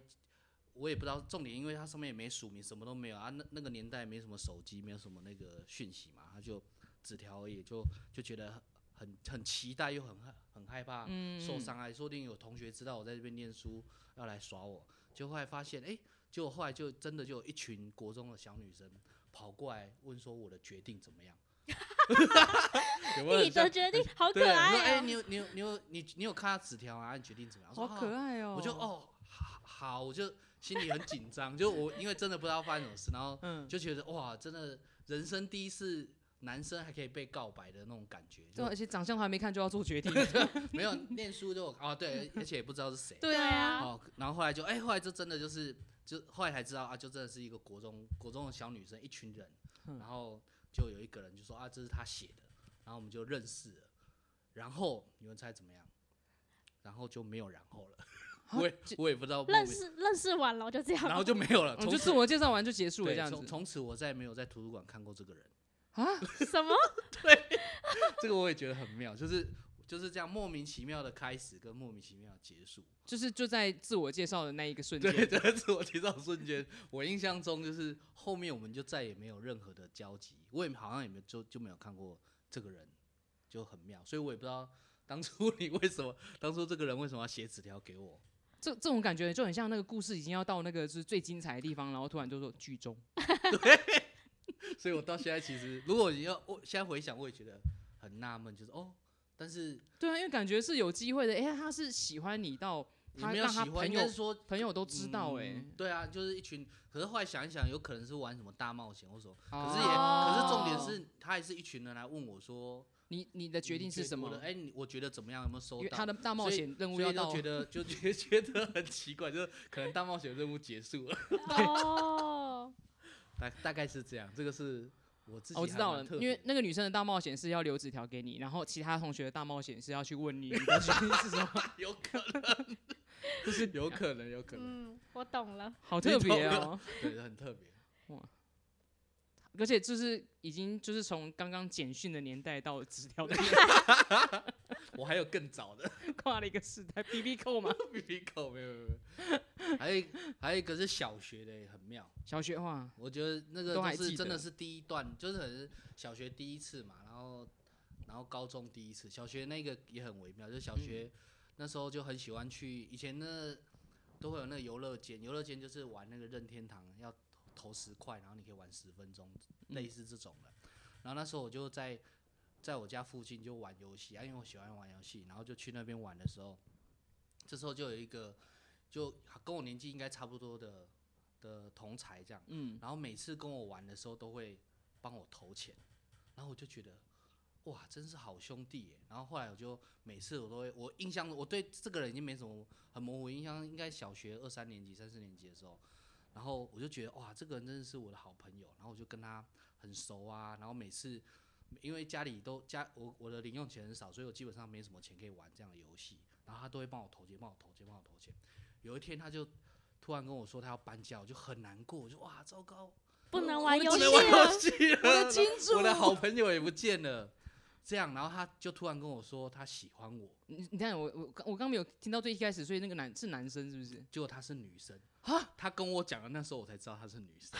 Speaker 3: 我也不知道重点，因为它上面也没署名，什么都没有啊。那那个年代没什么手机，没有什么那个讯息嘛，他就纸条而已，就就觉得很很期待又很害很害怕
Speaker 1: 嗯
Speaker 3: 受伤啊害，说不定有同学知道我在这边念书要来耍我，就后来发现哎、诶结果后来就真的就有一群国中的小女生跑过来问说我的决定怎么样。有没有很
Speaker 2: 你的
Speaker 3: 像
Speaker 2: 决定好可
Speaker 3: 对，我说
Speaker 2: 爱
Speaker 3: 哎、
Speaker 2: 哦、
Speaker 3: 你有你有你有你你有看到纸条啊？你决定怎么样？我说
Speaker 1: 好可
Speaker 3: 啊
Speaker 1: 爱哦、
Speaker 3: 我就，哦，好，好我就心里很紧张，就我因为真的不知道发生什么事，然后
Speaker 1: 嗯，
Speaker 3: 就觉得哇，真的人生第一次男生还可以被告白的那种感觉，就
Speaker 1: 对，啊而且长相还没看就要做 决定，
Speaker 3: 没有念书就啊对，而且也不知道是谁，
Speaker 1: 对啊，
Speaker 3: 哦，然后后来就哎、后来就真的就是就后来才知道啊，就真的是一个国中国中的小女生，一群人，
Speaker 1: 嗯
Speaker 3: 然后就有一个人就说啊这是他写的，然后我们就认识了，然后你们猜怎么样？然后就没有然后了，
Speaker 1: 啊
Speaker 3: 我也我也不知道莫
Speaker 2: 认
Speaker 3: 名
Speaker 2: 识认识完了就这样，
Speaker 3: 然后就没有了，
Speaker 1: 我
Speaker 3: 从
Speaker 1: 就
Speaker 3: 此
Speaker 1: 自我介绍完就结束了
Speaker 3: 对
Speaker 1: 这样
Speaker 3: 从
Speaker 1: 子
Speaker 3: 从此我再也没有在图书馆看过这个人，
Speaker 1: 啊，
Speaker 2: 什么？
Speaker 3: 这个我也觉得很妙，就是就是这样莫名其妙的开始跟莫名其妙的结束。
Speaker 1: 就是就在自我介绍的那一个 瞬 间，
Speaker 3: 对，这是我提到的瞬间，我印象中就是后面我们就再也没有任何的交集，我也好像也没有就就没有看过这个人，就很妙，所以我也不知道当初 你为什么当初这个人为什么要写纸条给我。
Speaker 1: 这这种感觉就很像那个故事已经要到那个就是最精彩的地方，然后突然就说剧终，
Speaker 3: 所以我到现在其实，如果你要我现在回想，我也觉得很纳闷，就是哦，但是
Speaker 1: 对啊，因为感觉是有机会的，哎、他是喜欢你到
Speaker 3: 也
Speaker 1: 他
Speaker 3: 没有
Speaker 1: 让他
Speaker 3: 喜欢，
Speaker 1: 朋
Speaker 3: 应该
Speaker 1: 友
Speaker 3: 是说
Speaker 1: 朋友都知道、哎、
Speaker 3: 嗯对啊，就是一群。可是后来想一想，有可能是玩什么大冒险或什么。可是也，
Speaker 1: 哦
Speaker 3: 可是重点是，他也是一群人来问我说，
Speaker 1: 你你的决
Speaker 3: 你
Speaker 1: 定是
Speaker 3: 觉
Speaker 1: 什
Speaker 3: 我
Speaker 1: 么
Speaker 3: 的？哎，你我觉得怎么样？有没有收
Speaker 1: 因为
Speaker 3: 到？
Speaker 1: 他的大冒
Speaker 3: 所以
Speaker 1: 险任务
Speaker 3: 所
Speaker 1: 要
Speaker 3: 以就
Speaker 1: 到
Speaker 3: 觉， 得就觉觉得很奇怪，就是可能大冒险任务结束了，
Speaker 2: 哦，
Speaker 3: 大大概是这样。这个是我自己、
Speaker 1: 哦我知道了，因为那个女生的大冒险是要留纸条给你，然后其他同学的大冒险是要去问你你的决定是什 么，
Speaker 3: 有可 能，就是有可能，有可能，
Speaker 2: 嗯，我懂了，
Speaker 1: 好特别
Speaker 3: 你懂
Speaker 1: 哦。
Speaker 3: 对，很特别。
Speaker 1: 而且就是已经就是从刚刚简讯的年代到纸条的年
Speaker 3: 我还有更早的。
Speaker 1: 代， 跨了一个时代，B B 扣嘛。
Speaker 3: 鼻鼻口没有没有没有，还有一还有一个是小学的也很妙，
Speaker 1: 小学话，
Speaker 3: 我觉得那个
Speaker 1: 都还
Speaker 3: 就是
Speaker 1: 记
Speaker 3: 真的
Speaker 1: 得
Speaker 3: 是第一段，就是很小学第一次嘛，然后然后高中第一次，小学那个也很微妙，就是小学、
Speaker 1: 嗯
Speaker 3: 那时候就很喜欢去，以前那都会有那个游乐间，游乐间就是玩那个任天堂，要投十块，然后你可以玩十分钟，
Speaker 1: 嗯
Speaker 3: 类似这种的。然后那时候我就在在我家附近就玩游戏啊，因为我喜欢玩游戏，然后就去那边玩的时候，这时候就有一个就跟我年纪应该差不多的的同才这样，
Speaker 1: 嗯，
Speaker 3: 然后每次跟我玩的时候都会帮我投钱，然后我就觉得哇，真是好兄弟耶。然后后来我就每次我都会，我印象我对这个人已经没什么很模糊印象，应该小学二三年级、三四年级的时候，然后我就觉得哇，这个人真的是我的好朋友，然后我就跟他很熟啊，然后每次。因为家里都家我我的零用钱很少，所以我基本上没什么钱可以玩这样的游戏，然后他都会帮我投钱，帮我投钱，帮我投钱。有一天他就突然跟我说他要搬家，我就很难过，我就哇糟糕，
Speaker 2: 不能
Speaker 1: 我
Speaker 2: 玩
Speaker 1: 的
Speaker 2: 游
Speaker 3: 不
Speaker 2: 戏
Speaker 1: 金
Speaker 3: 能玩游
Speaker 2: 了，
Speaker 3: 戏
Speaker 1: 我
Speaker 3: 了
Speaker 1: 的，金主，
Speaker 3: 我的好朋友也不见了。这样，然后他就突然跟我说他喜欢我，
Speaker 1: 你你看我我我刚刚没有听到最一开始，所以那个男是男生是不是？
Speaker 3: 结果他是女生。
Speaker 1: 啊
Speaker 3: 他跟我讲的那时候我才知道他是女生。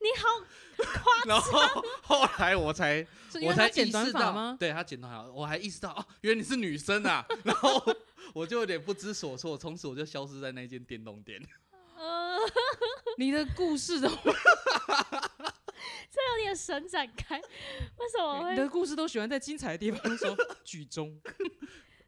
Speaker 2: 你好，
Speaker 3: 然后后来我才
Speaker 1: 是因
Speaker 3: 我
Speaker 1: 为
Speaker 3: 才
Speaker 1: 他
Speaker 3: 意
Speaker 1: 剪短
Speaker 3: 识
Speaker 1: 发
Speaker 3: 到，
Speaker 1: 吗？
Speaker 3: 对他剪短发，我还意识到哦，原来你是女生啊。然后我就有点不知所措，从此我就消失在那间电动店。
Speaker 2: 呃，
Speaker 1: 你的故事 都
Speaker 2: 有点神展开，为什么会？
Speaker 1: 你的故事都喜欢在精彩的地方说 剧终，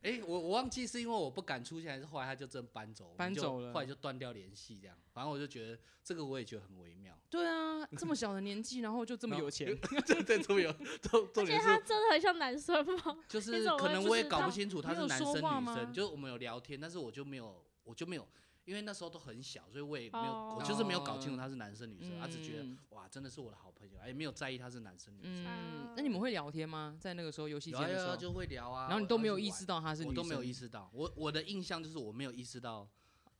Speaker 3: 哎、我我忘记是因为我不敢出现，还是后来他就真的搬走，我们
Speaker 1: 搬
Speaker 3: 就
Speaker 1: 走了
Speaker 3: 后来就断掉联系这样。反正我就觉得这个我也觉得很微妙，
Speaker 1: 对啊，这么小的年纪，然后 就这么有 钱，
Speaker 3: 对对，这么有重重
Speaker 2: 而且
Speaker 3: 点
Speaker 2: 他
Speaker 3: 是
Speaker 2: 真的很像男生吗？
Speaker 3: 就
Speaker 2: 你
Speaker 3: 是
Speaker 2: 怎么
Speaker 3: 可
Speaker 2: 会
Speaker 3: 能
Speaker 2: 就
Speaker 3: 我也
Speaker 2: 是
Speaker 3: 搞
Speaker 2: 他
Speaker 3: 不清楚他
Speaker 1: 没
Speaker 3: 是
Speaker 1: 有
Speaker 3: 男
Speaker 1: 说
Speaker 3: 生
Speaker 1: 话
Speaker 3: 女
Speaker 1: 吗
Speaker 3: 生，就是我们有聊天，但是我就没有我就没有，因为那时候都很小，所以我也没有、我就是没有搞清楚他是男生女生，他、只觉得
Speaker 1: 嗯
Speaker 3: 哇真的是我的好朋友，哎没有在意他是男生女生，
Speaker 1: 嗯
Speaker 2: 啊，
Speaker 1: 那你们会聊天吗？在那个时候游戏
Speaker 3: 有
Speaker 1: 间
Speaker 3: 啊
Speaker 1: 的
Speaker 3: 有
Speaker 1: 时
Speaker 3: 啊
Speaker 1: 候，
Speaker 3: 就会聊啊，
Speaker 1: 然后你都没有意识
Speaker 3: 到
Speaker 1: 到她是女
Speaker 3: 我
Speaker 1: 生，
Speaker 3: 都没有意识到，我我的印象就是我没有意识到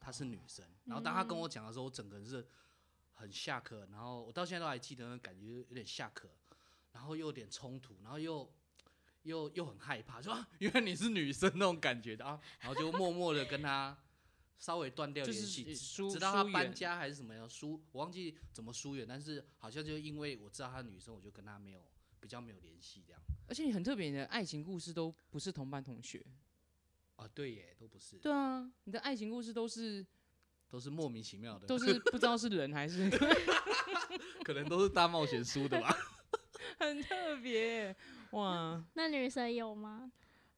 Speaker 3: 她是女生，然后当他跟我讲的时候，我整个人是很下课，然后我到现在都还记得那个感觉，有点下课，然后又有点冲突，然后又。又又很害怕，说、啊、原来你是女生那种感觉的啊，然后就默默的跟他稍微断掉
Speaker 1: 就
Speaker 3: 联
Speaker 1: 是
Speaker 3: 系，
Speaker 1: 疏
Speaker 3: 直到他
Speaker 1: 疏
Speaker 3: 搬
Speaker 1: 远
Speaker 3: 家还是怎么样疏，我忘记怎么疏远，但是好像就因为我知道她女生，我就跟她没有比较没有联系这样。
Speaker 1: 而且你很特别，你的爱情故事都不是同班同学。
Speaker 3: 啊，对耶，都不是，
Speaker 1: 对啊，你的爱情故事都是
Speaker 3: 都是莫名其妙的，
Speaker 1: 都是不知道是人 还是
Speaker 3: 可能都是大冒险输的 吧。
Speaker 1: 很特别哇。
Speaker 2: 那女生有吗？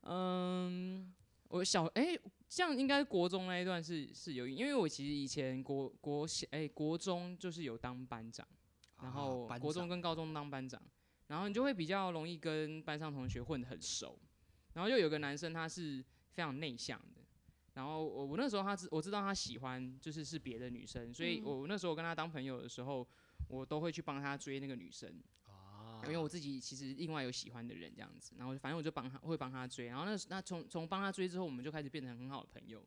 Speaker 1: 嗯，我小哎、这样应该国中那一段是是有，因为我其实以前国国小哎、国中就是有当班长，然后
Speaker 3: 啊班
Speaker 1: 国中
Speaker 3: 长
Speaker 1: 跟高中当班长，然后你就会比较容易跟班上同学混得很熟。然后又有个男生他是非常内向的，然后我我那时候他知我知道他喜欢就是是别的女生，所以
Speaker 2: 嗯
Speaker 1: 我那时候跟他当朋友的时候，我都会去帮他追那个女生。
Speaker 3: 啊，
Speaker 1: 因为我自己其实另外有喜欢的人这样子，然后反正我就帮他会帮他追，然后那时那从从帮他追之后，我们就开始变成很好的朋友。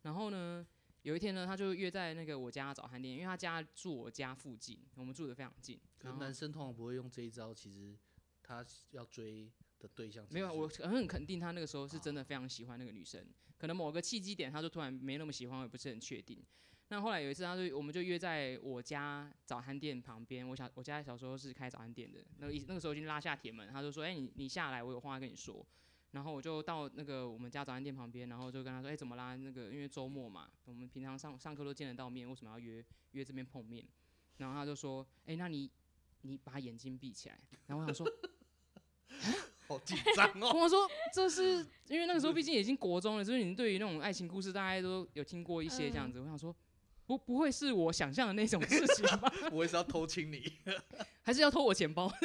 Speaker 1: 然后呢，有一天呢，他就约在那个我家早餐店，因为他家住我家附近，我们住的非常近。
Speaker 3: 可
Speaker 1: 然
Speaker 3: 是
Speaker 1: 后
Speaker 3: 男生通常不会用这一招，其实他要追的对象
Speaker 1: 没有，啊
Speaker 3: 其实
Speaker 1: 我
Speaker 3: 是
Speaker 1: 很肯定他那个时候是真的非常喜欢那个女生，可能某个契机点他就突然没那么喜欢，我也不是很确定。那后来有一次，他就我们就约在我家早餐店旁边。我小我家小时候是开早餐店的，那个一那个时候已经拉下铁门，他就说：“哎、你你下来，我有话跟你说。”然后我就到那个我们家早餐店旁边，然后就跟他说：“哎、怎么啦？那个因为周末嘛，我们平常上上课都见得到面，为什么要约约这边碰面？”然后他就说：“哎、那你你把眼睛闭起来。”然后我想说：“
Speaker 3: 好紧张
Speaker 1: 跟
Speaker 3: 哦。
Speaker 1: 我说，这是因为那个时候毕竟已经国中了，就是你对于那种爱情故事大概都有听过一些这样子。我想说，不不会是我想象的那种事情吧？
Speaker 3: 我也是要偷亲你，
Speaker 1: 还是要偷我钱包？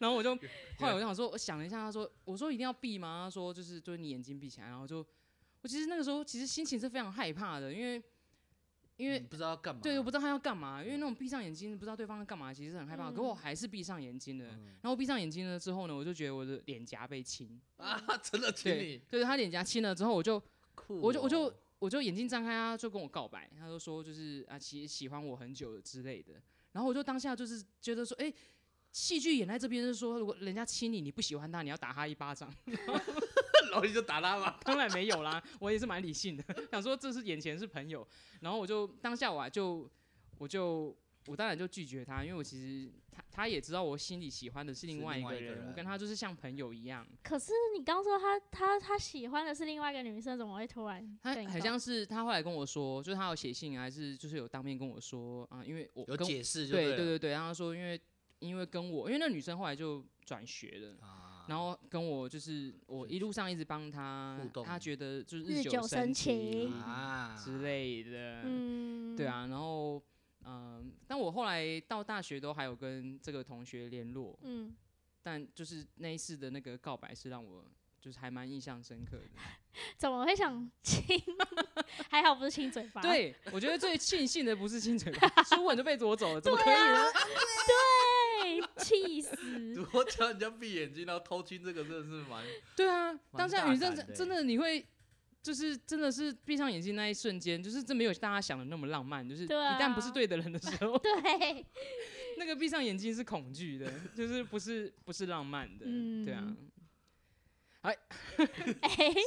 Speaker 1: 然后我就后来我就想说，我想了一下，他说，我说一定要闭吗？他说就是就是你眼睛闭起来，然后就我其实那个时候其实心情是非常害怕的，因为因为
Speaker 3: 你不知道要干嘛。
Speaker 1: 对，我不知道他要干嘛，因为那种闭上眼睛不知道对方要干嘛，其实很害怕。可我
Speaker 2: 嗯
Speaker 1: 还是闭上眼睛了。
Speaker 3: 嗯
Speaker 1: 然后闭上眼睛了之后呢，我就觉得我的脸颊被亲，
Speaker 2: 嗯
Speaker 3: 啊，真的亲
Speaker 1: 对
Speaker 3: 你，，
Speaker 1: 就是他脸颊亲了之后，我就
Speaker 3: 酷哦。
Speaker 1: 我就我 就我就眼睛张开，他就跟我告白，他就说就是啊喜喜欢我很久了之类的。然后我就当下就是觉得说，哎、戏剧演在这边是说，如果人家亲你，你不喜欢他，你要打他一巴掌。
Speaker 3: 老李就打他嘛。
Speaker 1: 当然没有啦，我也是蛮理性的，想说这是眼前是朋友。然后我就当下我啊就我就我当然就拒绝他，因为我其实他他也知道我心里喜欢的是另
Speaker 3: 是
Speaker 1: 外
Speaker 3: 另
Speaker 1: 一个
Speaker 3: 外一个
Speaker 1: 人，我
Speaker 3: 人
Speaker 1: 跟他就是像朋友一样。
Speaker 2: 可是你刚说他他他喜欢的是另外一个女生，怎么会突然
Speaker 1: 他
Speaker 2: 跟你
Speaker 1: 很
Speaker 2: 告
Speaker 1: 像是他后来跟我说，就是他有写信啊还是就是有当面跟我说啊，因为我
Speaker 3: 有
Speaker 1: 跟
Speaker 3: 解释就
Speaker 1: 对
Speaker 3: 对了
Speaker 1: 对对，然后他说因为因为跟我，因为那女生后来就转学了。
Speaker 3: 啊，
Speaker 1: 然后跟我就是我一路上一直帮她
Speaker 3: 互，动
Speaker 1: 她觉得就是
Speaker 2: 日久
Speaker 1: 久
Speaker 2: 生
Speaker 1: 情
Speaker 2: 情
Speaker 3: 啊
Speaker 1: 嗯之类的，
Speaker 2: 嗯，
Speaker 1: 对，啊。然后嗯、但我后来到大学都还有跟这个同学联络，
Speaker 2: 嗯，
Speaker 1: 但就是那一次的那个告白是让我就是还蛮印象深刻的。
Speaker 2: 怎么会想亲？ 还好不是亲嘴巴，，
Speaker 1: 对，我觉得最庆幸的不是亲嘴巴， 初吻就被夺走了，怎么可以呢？
Speaker 2: 对，气死，
Speaker 3: 如果叫人家闭眼睛，然后偷亲这个真的是蛮……
Speaker 1: 对啊，
Speaker 3: 蛮
Speaker 1: 当下
Speaker 3: 大
Speaker 1: 女生
Speaker 3: 胆的欸
Speaker 1: 真的你会，就是真的是闭上眼睛那一瞬间，就是真没有大家想的那么浪漫，就是一
Speaker 2: 对
Speaker 1: 旦不
Speaker 2: 啊，
Speaker 1: 是对的人的时候
Speaker 2: 对，
Speaker 1: 那个闭上眼睛是恐惧的，就是不是不是浪漫的，
Speaker 2: 嗯
Speaker 1: 对啊。
Speaker 2: 哎，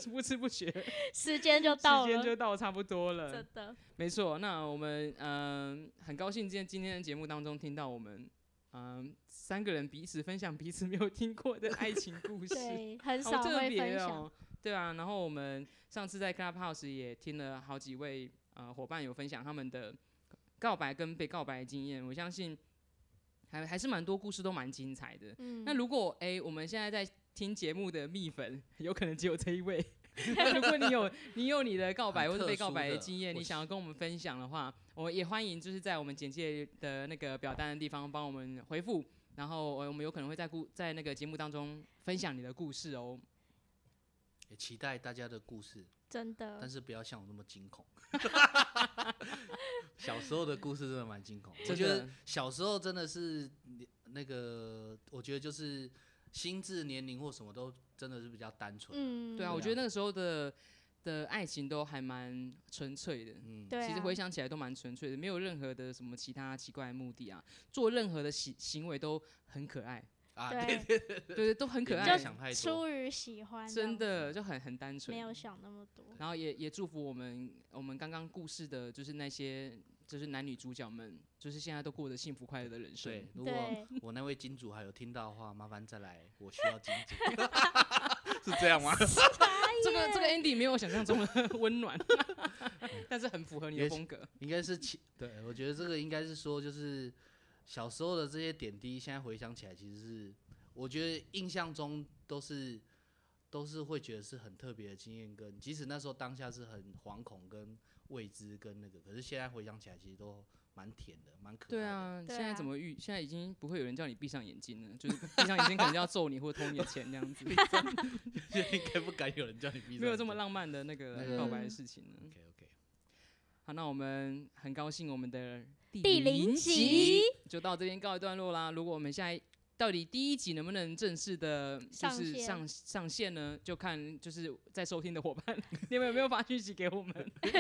Speaker 1: 不知不觉，
Speaker 2: 时间就
Speaker 1: 时
Speaker 2: 到
Speaker 1: 间
Speaker 2: 了，
Speaker 1: 就到差不多了
Speaker 2: 真。的，
Speaker 1: 没错，那我们嗯、很高兴今天今天的节目当中听到我们嗯、三个人彼此分享彼此没有听过的爱情故事。
Speaker 2: 对，很
Speaker 1: 好
Speaker 2: 少
Speaker 1: 特
Speaker 2: 会
Speaker 1: 别
Speaker 2: 分享，
Speaker 1: 哦，对啊。然后我们上次在 Clubhouse 也听了好几位呃伙伴有分享他们的告白跟被告白的经验，我相信还还是蛮多故事都蛮精彩的。
Speaker 2: 嗯，
Speaker 1: 那如果哎、我们现在在听节目的蜜粉，有可能只有这一位。 那如果你有你有你的告白
Speaker 3: 很
Speaker 1: 或者
Speaker 3: 特
Speaker 1: 被告
Speaker 3: 殊
Speaker 1: 白的
Speaker 3: 的
Speaker 1: 经验，
Speaker 3: 或
Speaker 1: 你
Speaker 3: 是
Speaker 1: 想要跟我们分享的话，我也欢迎就是在我们简介的那个表单的地方帮我们回复，然后呃我们有可能会在故在那个节目当中分享你的故事哦。
Speaker 3: 也期待大家的故事，
Speaker 2: 真
Speaker 3: 但
Speaker 2: 的，
Speaker 3: 是不要像我那么惊恐。 小时候的故事真的蛮惊恐，我
Speaker 1: 真
Speaker 3: 觉
Speaker 1: 的
Speaker 3: 得小时候真的是你那个，我觉得就是心智年龄或什么都真的是比较单纯。
Speaker 2: 嗯，
Speaker 1: 对啊，
Speaker 3: 对
Speaker 1: 我觉得
Speaker 3: 啊
Speaker 1: 那个时候的的爱情都还蛮纯粹的。
Speaker 3: 嗯，
Speaker 2: 对啊，
Speaker 1: 其实回想起来都蛮纯粹的，没有任何的什么其他奇怪的目的啊，做任何的行行为都很可爱，
Speaker 3: 啊，
Speaker 2: 对，
Speaker 1: 对对，都很可
Speaker 3: 也
Speaker 2: 就
Speaker 3: 没
Speaker 1: 爱，
Speaker 3: 想太多，
Speaker 2: 出于喜欢，
Speaker 1: 真，的就很很单纯
Speaker 2: 没。有想那么多。
Speaker 1: 然后也也祝福我们我们刚刚故事的，就是那些就是男女主角们，就是现在都过着幸福快乐的人
Speaker 3: 对
Speaker 1: 生。，
Speaker 3: 如果
Speaker 2: 对，
Speaker 3: 我那位金主还有听到的话，麻烦再来，我需要金主， 是这样吗？
Speaker 1: 这
Speaker 2: 哎
Speaker 1: 个这个 Andy 没有我想象中的 温暖，但是很符合你的
Speaker 3: 也
Speaker 1: 风格。
Speaker 3: 应该是其对，我觉得这个应该是说，就是小时候的这些点滴，现在回想起来，其实是我觉得印象中都是都是会觉得是很特别的经验，跟即使那时候当下是很惶恐、跟未知、跟那个，可是现在回想起来，其实都蛮甜的，蛮可爱的。
Speaker 1: 对， 啊，
Speaker 2: 对
Speaker 1: 现在
Speaker 2: 啊
Speaker 1: 怎么遇？现在已经不会有人叫你闭上眼睛了，就是闭上眼睛可能就要揍你或偷你的钱这样子，
Speaker 3: 现在应该不敢有人叫你闭上眼睛。
Speaker 1: 没有这么浪漫的那
Speaker 3: 那
Speaker 1: 个
Speaker 3: 个
Speaker 1: 告白的
Speaker 2: 嗯
Speaker 1: 事情了。
Speaker 3: OK OK，
Speaker 1: 好，那我们很高兴我们的
Speaker 2: 第零
Speaker 1: 零
Speaker 2: 集
Speaker 1: 就到这边告一段落啦。如果我们下一到底第一集能不能正式的，就
Speaker 2: 上
Speaker 1: 是
Speaker 2: 线
Speaker 1: 上上线呢？就看就是在收听的伙伴， 你们有没有发讯息给我们？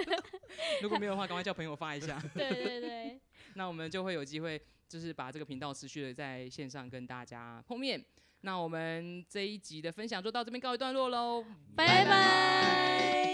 Speaker 1: 如果没有的话，赶快叫朋友发 一下，
Speaker 2: 对对 对，
Speaker 1: 那我们就会有机会，就是把这个频道持续的在线上跟大家碰面。那我们这一集的分享就到这边告一段落喽，
Speaker 2: 拜拜。